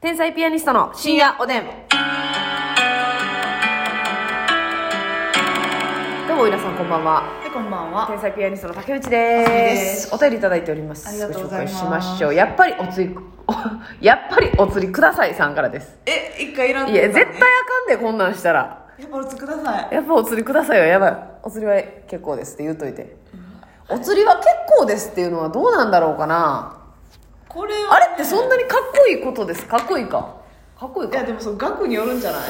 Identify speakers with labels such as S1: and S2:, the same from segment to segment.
S1: 天才ピアニストの深夜おでん。どうも皆さんこんばんは。
S2: はい、こんばん
S1: 天
S2: は。
S1: 才ピアニストの竹内です。お便りいただいております。
S2: ありがとうございます
S1: ご紹介しましょう。やっぱりお釣り、 おやっぱりお釣りくださいさんからです。
S2: え、一回いらん
S1: いや、絶対あ
S2: や
S1: かんで、こんなんしたら。
S2: っぱおつください。
S1: やっぱお釣りくださいはやばい。お釣りは結構ですって言うといて。お釣りは結構ですっていうのはどうなんだろうかな。
S2: これは、
S1: あれってそんなにかっこいいことです。かっこいいか。かっこいい
S2: い
S1: か
S2: や、。でもその額によるんじゃない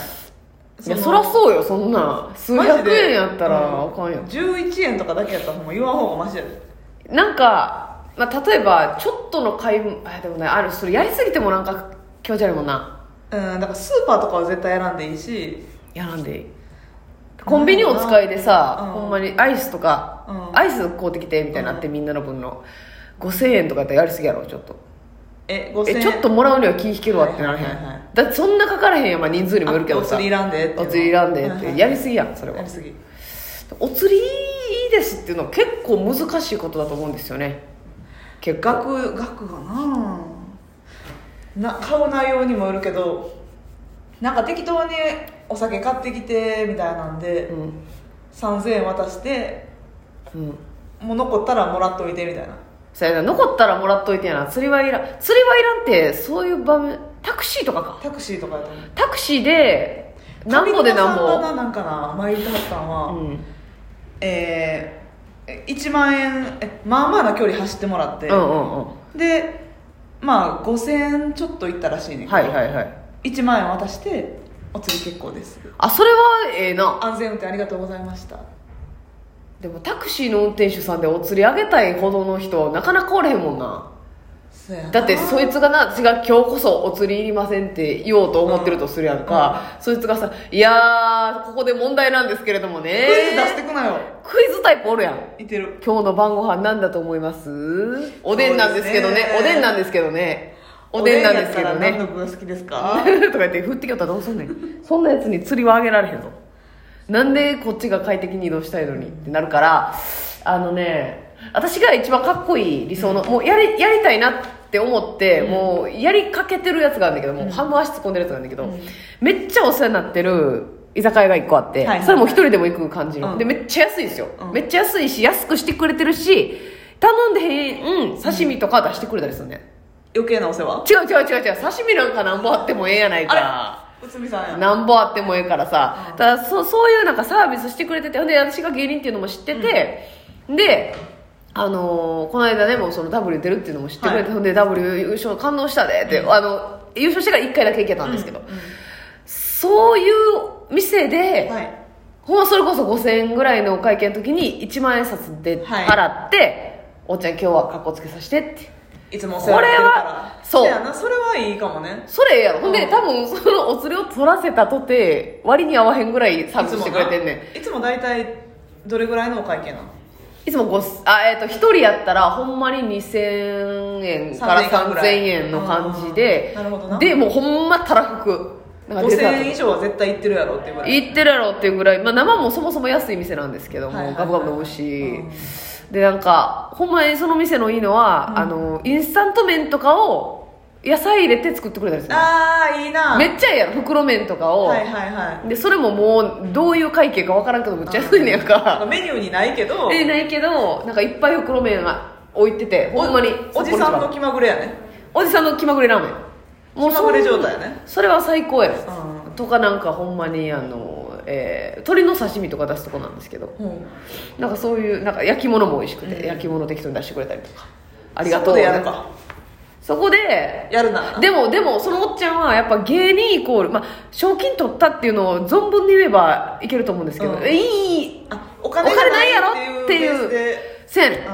S1: いやそらそうよそんな数
S2: マジ
S1: 百
S2: で
S1: 円やったらあかんよ、
S2: 11円とかだけやったらほんま言わん方がマシやで。
S1: なんか、まあ、例えばちょっとの買い物あでもねあるそれやりすぎてもなんか気持ち悪いもんな
S2: うん、だからスーパーとかは絶対選んでいいし、
S1: やらんでいいコンビニお使いでさ、
S2: うん
S1: ほんまにアイスとか、
S2: うん
S1: アイス買うてきてみたいになって、みんなの分の5000円とかやったらやりすぎやろちょっと
S2: え、5000円。
S1: えちょっともらうには気引けるわってならへん、
S2: はいはいはい
S1: だってそんなかからへんやん、まあ、人数にもよるけど
S2: あお
S1: さ
S2: 釣りいらんでっていうの
S1: お釣りいらんでっ
S2: はいは
S1: て
S2: い
S1: やりすぎやんそれ
S2: や
S1: は
S2: りすぎ。
S1: お釣りいいですっていうのは結構難しいことだと思うんですよね結構
S2: 額、額がなな、買う内容にもよるけど、なんか適当にお酒買ってきて、みたいなんで、
S1: うん、
S2: 3000円渡して、
S1: うん、
S2: もう残ったらもらっといてみたいな
S1: そやな残ったらもらっといてやな釣りはいらん釣りはいらんってそういう場面タクシーとかか
S2: タクシーとかやと思う
S1: タクシーで何
S2: 上
S1: 歩
S2: 沼
S1: で
S2: さ
S1: 何
S2: んが
S1: 歩
S2: ななんかな前言ってはったんは、
S1: うん、
S2: えー、1万円えまあまあな距離走ってもらって、
S1: うんうんうん
S2: でまあ5000円ちょっと行ったらしいねんけど、
S1: はいはいはい
S2: 1万円渡してお釣り結構です
S1: あそれはええな
S2: 安全運転ありがとうございました
S1: でもタクシーの運転手さんでお釣りあげたいほどの人なかなかおれへんもんな
S2: そうやな
S1: だってそいつがな私が今日こそお釣りいりませんって言おうと思ってるとするやんか、そいつがさ「いやーここで問題なんですけれどもね
S2: クイズ出してくなよ
S1: クイズタイプおるやん
S2: いてる
S1: 今日の晩ご飯なんだと思いますおでんなんですけどね
S2: そうですね
S1: おでんなんですけどねおでんなんですけど
S2: おでんやったら何の
S1: ね
S2: 具が好きで す
S1: と
S2: か
S1: か言って振ってきよったらどうすんねんそんなやつに釣りはあげられへんぞなんでこっちが快適に移動したいのにってなるからあのね私が一番かっこいい理想の、もうやりやりたいなって思って、もうやりかけてるやつがあるんだけど、もう半分足突っ込んでるやつがあるんだけど、
S2: うん
S1: めっちゃお世話になってる居酒屋が1個あって、
S2: はいはい
S1: それも一人でも行く感じの、
S2: うん
S1: でめっちゃ安いんですよ、
S2: うん
S1: めっちゃ安いし安くしてくれてるし頼んでへん、うん、刺身とか出してくれたりするね、
S2: 余計なお世話
S1: 違う違う違う違う刺身なんか何ぼあってもええやないか
S2: あれ内海さんや
S1: なんぼあってもええからさ、
S2: うん
S1: ただそそういうなんかサービスしてくれててほんで私が芸人っていうのも知ってて、であのーこの間ねもうその W 出るっていうのも知ってくれて、
S2: はい
S1: ほんで W 優勝感動したでって、あの優勝してから1回だけ行けたんですけど、そういう店で、
S2: はい
S1: ほんまそれこそ5000円ぐらいのお会計の時に1万円札で
S2: はい
S1: 払って、おっちゃん今日はかっこつけさせてって
S2: いつもお世話になってるから
S1: これはそう
S2: やなそれはいいかもね
S1: それええやろほんで、
S2: うん
S1: 多分そのお釣りを取らせたとて割に合わへんぐらいサービスしてくれてんねん
S2: いつも大体どれぐらいのお会計なの
S1: いつもごあ、えっと1人やったらほんまに2000円から
S2: 3000
S1: 3000円の感じで
S2: あーなるほどな
S1: でもうほんまたらふくなんかデ
S2: 5000
S1: ザ
S2: 円以
S1: ート
S2: 上は絶対いってるやろっていうぐらい
S1: 行ってるやろっていうぐらい、まあ、生もそもそも安い店なんですけども、
S2: はいはいはい
S1: ガブガブ飲むし、
S2: うん
S1: でなんかほんまにその店のいいのは、あのインスタント麺とかを野菜入れて作ってくれたりする
S2: ああいいな
S1: めっちゃええやろ袋麺とかを、
S2: はいはいはい
S1: でそれももうどういう会計かわからんけどめっちゃ安いねやんか
S2: なんかメニューにないけど
S1: えないけどなんかいっぱい袋麺が置いててほんまに
S2: おじさん
S1: 札
S2: の
S1: 幌市場
S2: 気まぐれやね
S1: おじさんの気まぐれラーメンも
S2: 気まぐれ状態やね
S1: それは最高やね、
S2: う
S1: とかなんかほんまにあの、えー鶏の刺身とか出すとこなんですけど
S2: うん
S1: なんかそういうなんか焼き物も美味しくて、
S2: うん
S1: 焼き物適当に出してくれたりとかあ
S2: あ
S1: りがとう
S2: でやるか
S1: そこで
S2: やるな
S1: でもでもそのおっちゃんはやっぱ芸人イコール、まあ、賞金取ったっていうのを存分に言えばいけると思うんですけど、
S2: うん
S1: えいい
S2: あお金がないやろっていう
S1: お金ないやろっていう
S2: ベースで
S1: せやねん
S2: う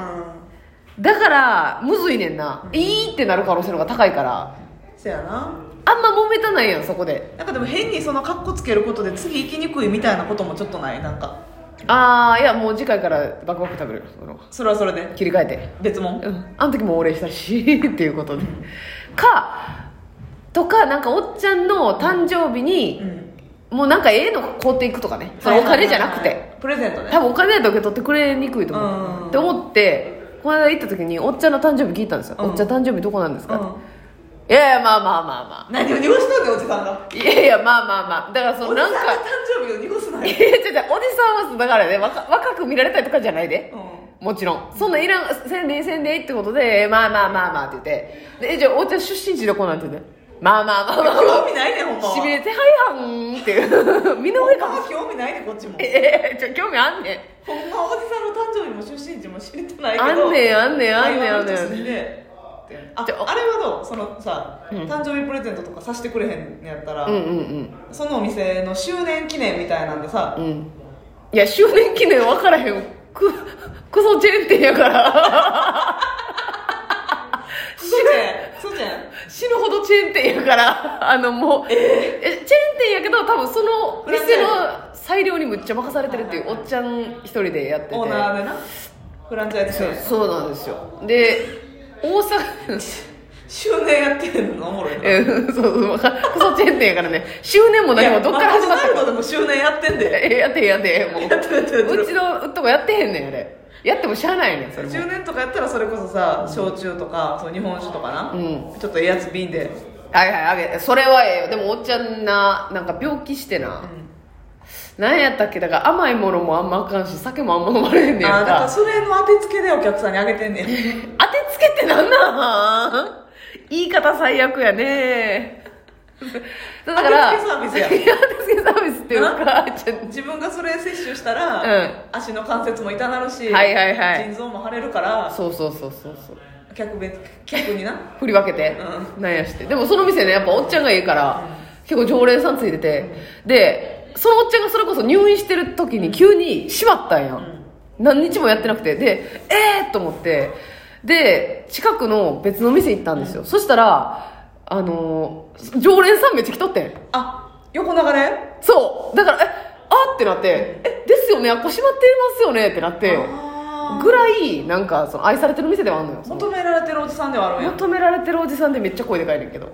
S2: ん
S1: だからむずいねんな、いいってなる可能性の方が高いから
S2: せやな
S1: あんま揉めたないやんそこで
S2: なんかでも変にそのカッコつけることで次行きにくいみたいなこともちょっとないなんか
S1: ああいやもう次回からバクバク食べるよその
S2: それはそれで
S1: 切り替えて
S2: 別もん
S1: うんあの時もお礼したしっていうことでかとかなんかおっちゃんの誕生日に、
S2: ん
S1: もうなんかええの買うていくとかね、そのお金じゃなくて、
S2: プレゼントね
S1: 多分お金だと受け取ってくれにくいと思う、
S2: うん
S1: って思ってこの間行った時におっちゃんの誕生日聞いたんですよ、
S2: うん
S1: おっちゃん誕生日どこなんですか、
S2: うん
S1: いやいやまあまあまあま
S2: 何を濁しとんねんおじさんが
S1: あいやいやまあまあまあだからそ
S2: お
S1: の
S2: じさ
S1: なんんか
S2: が誕生日を濁すない
S1: や、
S2: よ
S1: 違う違う、おじさんは、だからね、若若く見られたいとかじゃないで。
S2: う
S1: もちろん。そんないらん、せんでいいせんでいいってことで、えまあまあまあまあって言って。で、じゃあ、お茶出身地どこなんて言うね。まあまあまあまあ
S2: ん、興味ないねんほんま
S1: まあ。
S2: は
S1: しびれてはいはんっていう。身の
S2: ほ
S1: 上
S2: んま
S1: かも
S2: は興味ないねんこっちも
S1: えええちょ、興味あんねん。
S2: ほんまおじさんの誕生日も出身地も知りてないけど
S1: あんねん、あんねん、あんねん、あ
S2: あ
S1: んねん。
S2: ねああ
S1: ち
S2: れ
S1: ょ
S2: はどうそのさ、
S1: うん
S2: 誕生日プレゼントとかさせてくれへんのやったら、
S1: うんうん
S2: そのお店の周年記念みたいなんでさ、
S1: うん。うん。いや、周年記念分からへん。く、クソチェーン店やから。
S2: そうじゃんそうじ ゃん
S1: 死ぬほどチェーン店やからあ のもう、えチェーン店やけど多分その
S2: フランチャイズ
S1: 店の裁量にむっちゃ任されてるっていうおっちゃん一人でやってて
S2: オーナーでなフランチャイズ
S1: そう
S2: 店
S1: そうなんですよで大阪
S2: 周年やってんのおもろいな
S1: えそうそうクソチェーン店やからね周年も何もどっから始まった
S2: いやマクドナル
S1: か
S2: ドでも周年やってんで
S1: えやってへんやってへんも
S2: やってるやってるやって
S1: う
S2: る
S1: うちのとこやってへんねんあれやってもしゃあないねんそれも
S2: 周年とかやったらそれこそさ焼酎とかそう日本酒とかな、
S1: う
S2: ちょっとええやつ瓶で、
S1: はいはいあげそれはええよでもおっちゃんななんか病気してな、なんやったっけだから甘いものもあんまあかんし酒もあんま飲まれへんねん
S2: あーだから
S1: か
S2: それの当てつけでお客さんにあげてんねん
S1: 当てつけってなんなん言い方最悪やねだから
S2: 当てつけサービスや
S1: 当てつけサービスっていうかちょ
S2: 自分がそれ摂取したら、
S1: うん
S2: 足の関節も痛なるし、
S1: はいはいはい
S2: 腎臓も腫れるから
S1: そうそうそうそうそう
S2: 客別客にな
S1: 振り分けて、なんやしてでもその店ねやっぱおっちゃんがいいから、結構常連さんついてて、でそのおっちゃんがそれこそ入院してる時に急に閉まったんや、ん、何日もやってなくてでえー、と思ってで近くの別の店行ったんですよ、そしたらあのー常連さんめっちゃ来とってん
S2: あ横流れ
S1: そうだからえあーってなって「えですよねあっこ閉まってますよね」ってなって
S2: あ
S1: ぐらいなんかその愛されてる店ではあんのよ
S2: ー求められてるおじさんではあるんや
S1: 求められてるおじさんでめっちゃ声でかいねんけど、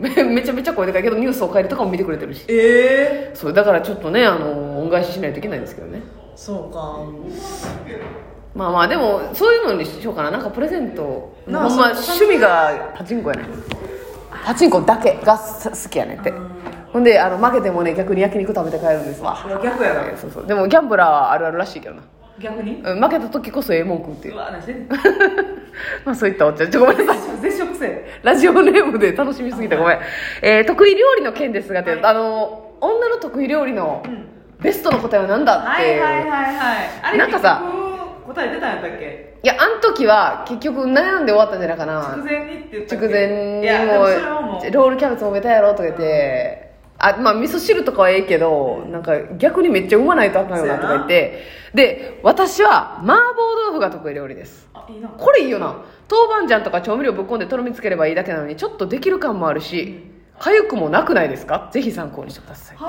S1: め めちゃめちゃ声でかいけどニュースを変えるとかも見てくれてるし
S2: ええ
S1: そうだからちょっとねあの恩返ししないといけないんですけどね
S2: そうか
S1: まあまあでもそういうのにしようかななんかプレゼント
S2: なあ
S1: ほんま
S2: そう
S1: 趣味がパチンコやねんパチンコだけが好好きやねんってほんであの負けてもね逆に焼肉食べて帰るんですわ
S2: いや逆やな
S1: そうそうでもギャンブラーはあるあるらしいけどな、
S2: 逆に
S1: うん、負けた時こそええもん食う っていうう
S2: わ何して んの
S1: まあそういったお茶ちょごめんなさい
S2: 絶食せ
S1: ラジオネームで楽しみすぎたごめん、えー得意料理の件ですが、
S2: はい
S1: あの女の得意料理のベストの答えは何だっ
S2: は
S1: てい、
S2: いうはいはい
S1: い
S2: はいあれ
S1: なんかさ
S2: 結局答え出たんやったっけ
S1: やあん時は結局悩んで終わったんじゃないか
S2: 直
S1: な
S2: 前にって言ったっ
S1: 直
S2: け
S1: 前
S2: い
S1: に
S2: やでもそれは
S1: も
S2: もう
S1: ロールキャベツもべたやろとか言って、あまあ味噌汁とかはええけどなんか逆にめっちゃうまないとあかんよなとか言ってで私は麻婆豆腐が得意料理です
S2: あいいな
S1: これいいよな豆板醤とか調味料ぶっ込んでとろみつければいいだけなのにちょっとできる感もあるしかゆくもなくないですかぜひ参考にしてください
S2: は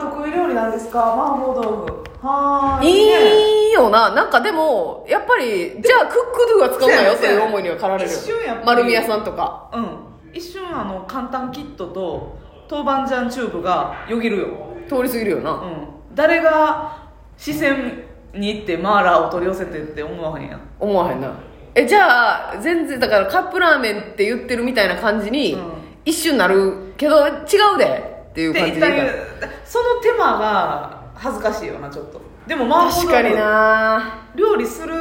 S2: あ得意料理なんですか麻婆豆腐はあ
S1: いいよななんかでもやっぱりじゃあクックドゥは使うなよっていう思いには駆られるよ
S2: 一瞬やっぱり
S1: 丸美屋さんとか
S2: うん一瞬あの簡単キットと豆板醤チューブがよぎるよ、
S1: 通り過ぎるよ
S2: う、
S1: なん
S2: 誰が視線に行ってマーラーを取り寄せてって思わへんやん
S1: 思わへんなえじゃあ全然だからカップラーメンって言ってるみたいな感じに
S2: うん
S1: 一瞬なるけど違うでっていう
S2: で
S1: 感じで
S2: 一
S1: い
S2: 旦
S1: いか
S2: 言う
S1: ら
S2: その手間が恥ずかしいよなちょっとでも麻
S1: 確か
S2: 婆豆
S1: に
S2: 腐
S1: な
S2: 料理する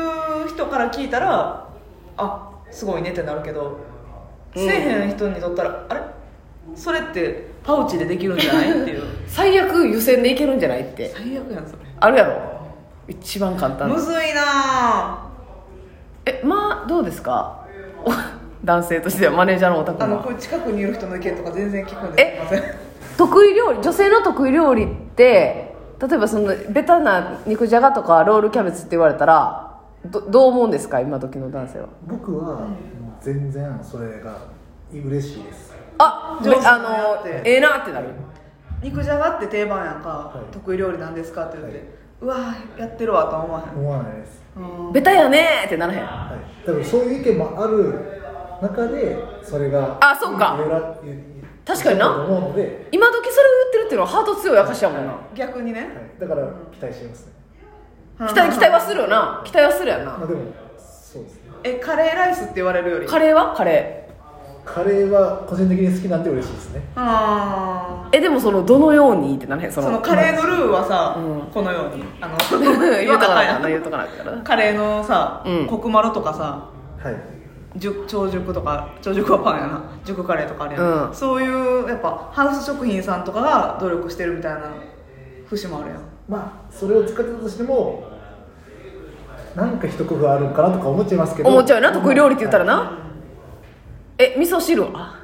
S2: 人から聞いたらあすごいねってなるけど、
S1: うん
S2: せえへん人にとったらあれそれってパウチでできるんじゃないっていう
S1: 最悪湯煎でいけるんじゃないって
S2: 最悪やんそれ
S1: あるやろ一番簡単
S2: む
S1: な
S2: ずいなあ
S1: えまあどうですか お男性としてはマネージャーのお宅
S2: あの
S1: は
S2: これ近くにいる人の意見とか全然聞くん
S1: え
S2: ですいません
S1: 得意料理女性の得意料理って例えばそのベタな肉じゃがとかロールキャベツって言われたらどどう思うんですか今時の男性は
S3: 僕は全然それが嬉しいです
S1: あ
S2: 上手
S1: めあの
S2: だなって
S1: ええなってなる
S2: 肉じゃがって定番やんか、
S3: い
S2: 得意料理なんですかって言って、
S3: はいう
S2: わーやってるわとは思わへん
S3: 思わないです、
S2: うん
S1: ベタやねーってならへん
S3: はい、多分そういう意見もある中でそれが
S1: あそうか確かにな
S3: と思うので、
S1: 今時それを言ってるっていうのはハート強い証やもんな
S2: 逆にね
S3: はい、だから期待してますね、
S1: 期待期待はす
S2: る
S1: るよな期待はするやん
S3: ま
S1: な
S3: あ、でもそうですね
S2: えカレーライスって言われるより
S1: カレーはカレ
S3: カレーは個人的に好きなんで嬉しいですね
S2: あ
S1: えでもそのどのようにってならへんそ
S2: あ
S1: の
S2: そのカレーのルーはさ、
S1: うん
S2: このようにあの
S1: 言うとかな
S2: 今
S1: あ
S2: 高
S1: かん
S2: い
S1: 言うとかなあかんから
S2: カレーのさ、
S1: うん
S2: コクマロとかさ
S3: はい
S2: 熟長熟とか長熟はパンやな熟カレーとかあるやん、
S1: うん
S2: そういうやっぱハウス食品さんとかが努力してるみたいな節もあるやん
S3: まあそれを使ってたとしてもなんか一工夫あるんかなとか思っちゃいますけど
S1: 思っちゃうよな得意料理って言ったら
S3: はい
S1: なえ味噌汁は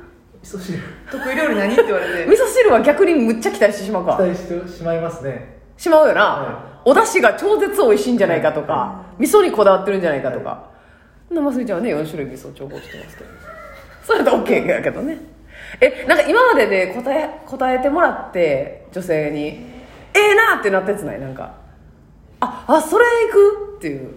S3: 味噌汁
S2: 得意料理何って言われ
S1: 味
S2: て
S1: 噌汁は逆にむっちゃ期待してしまう
S3: 期
S1: か
S3: 待してしまいますね
S1: しまうよな、
S3: は
S1: お出汁が超絶美味しいんじゃないかとか、味噌にこだわってるんじゃないかとか、生すぎちゃんはね4種類味噌調合してますけどそれだと OK やけどねえなんか今までで答え答えてもらって女性に「ええな!」ってなったやつないなんか「ああそれ行く?」っていう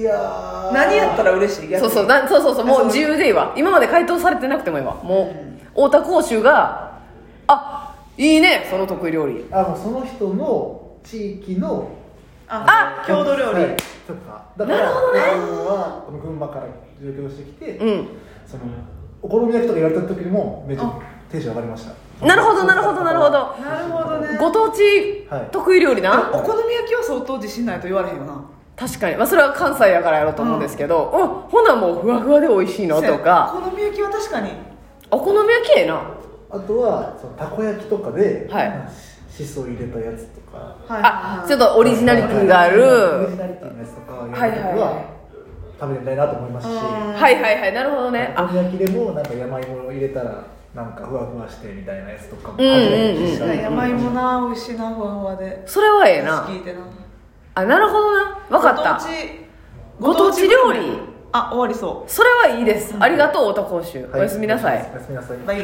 S3: いやー
S2: 何やったら嬉しい逆に
S1: そうそうなそうそうそう
S2: あ
S1: も
S2: そうう
S1: 自由でいいわ今まで回答されてなくてもいいわもう太田講習が「あいいねその得意料理
S3: あもうその人の地域の
S2: あ郷土料理、
S3: はいとかだから僕はこの群馬から上京してきて、
S1: うん
S3: そのお好み焼きとかやれた時にもめっちゃテンション上がりました
S1: なるほどなるほどなるほど
S2: なるほどね
S1: ご当地
S3: はい
S1: 得意料理な、
S2: お好み焼きは相当自信ないと言われへんよな
S1: 確かに、まあ、それは関西やからやろうと思うんですけど、うん、ほなもうふわふわで美味しいのとか
S2: お好み焼きは確かに
S1: お好み焼きええな
S3: あとはそのたこ焼きとかで、
S1: はい
S3: まあししそ入れたやつとか
S1: あちょっ
S2: と
S1: とオリジナリティがある
S3: オリジナリティのやつとかやる時
S1: はいはいはい
S3: は食べてみたいなと思いますし、
S2: うん
S1: はいはいはいなるほどね
S3: た
S1: あ
S3: こ焼きでもなんか山芋を入れたらなんかふわふわしてみたいなやつとかも
S1: うんうんうん
S3: したりとか
S2: 山芋な美味しいなふわふわで
S1: それはええ
S2: 好
S1: な
S2: きでな
S1: あなるほどな分かった
S2: ご
S1: ご
S2: 当
S1: 当
S2: 地
S1: 地
S2: 料
S1: 料
S2: 理
S1: 理
S2: あ終わりそ
S1: それはいいですありがとう太田講習、
S3: はい
S1: おやすみなさい
S3: おやすみなさい
S2: バイ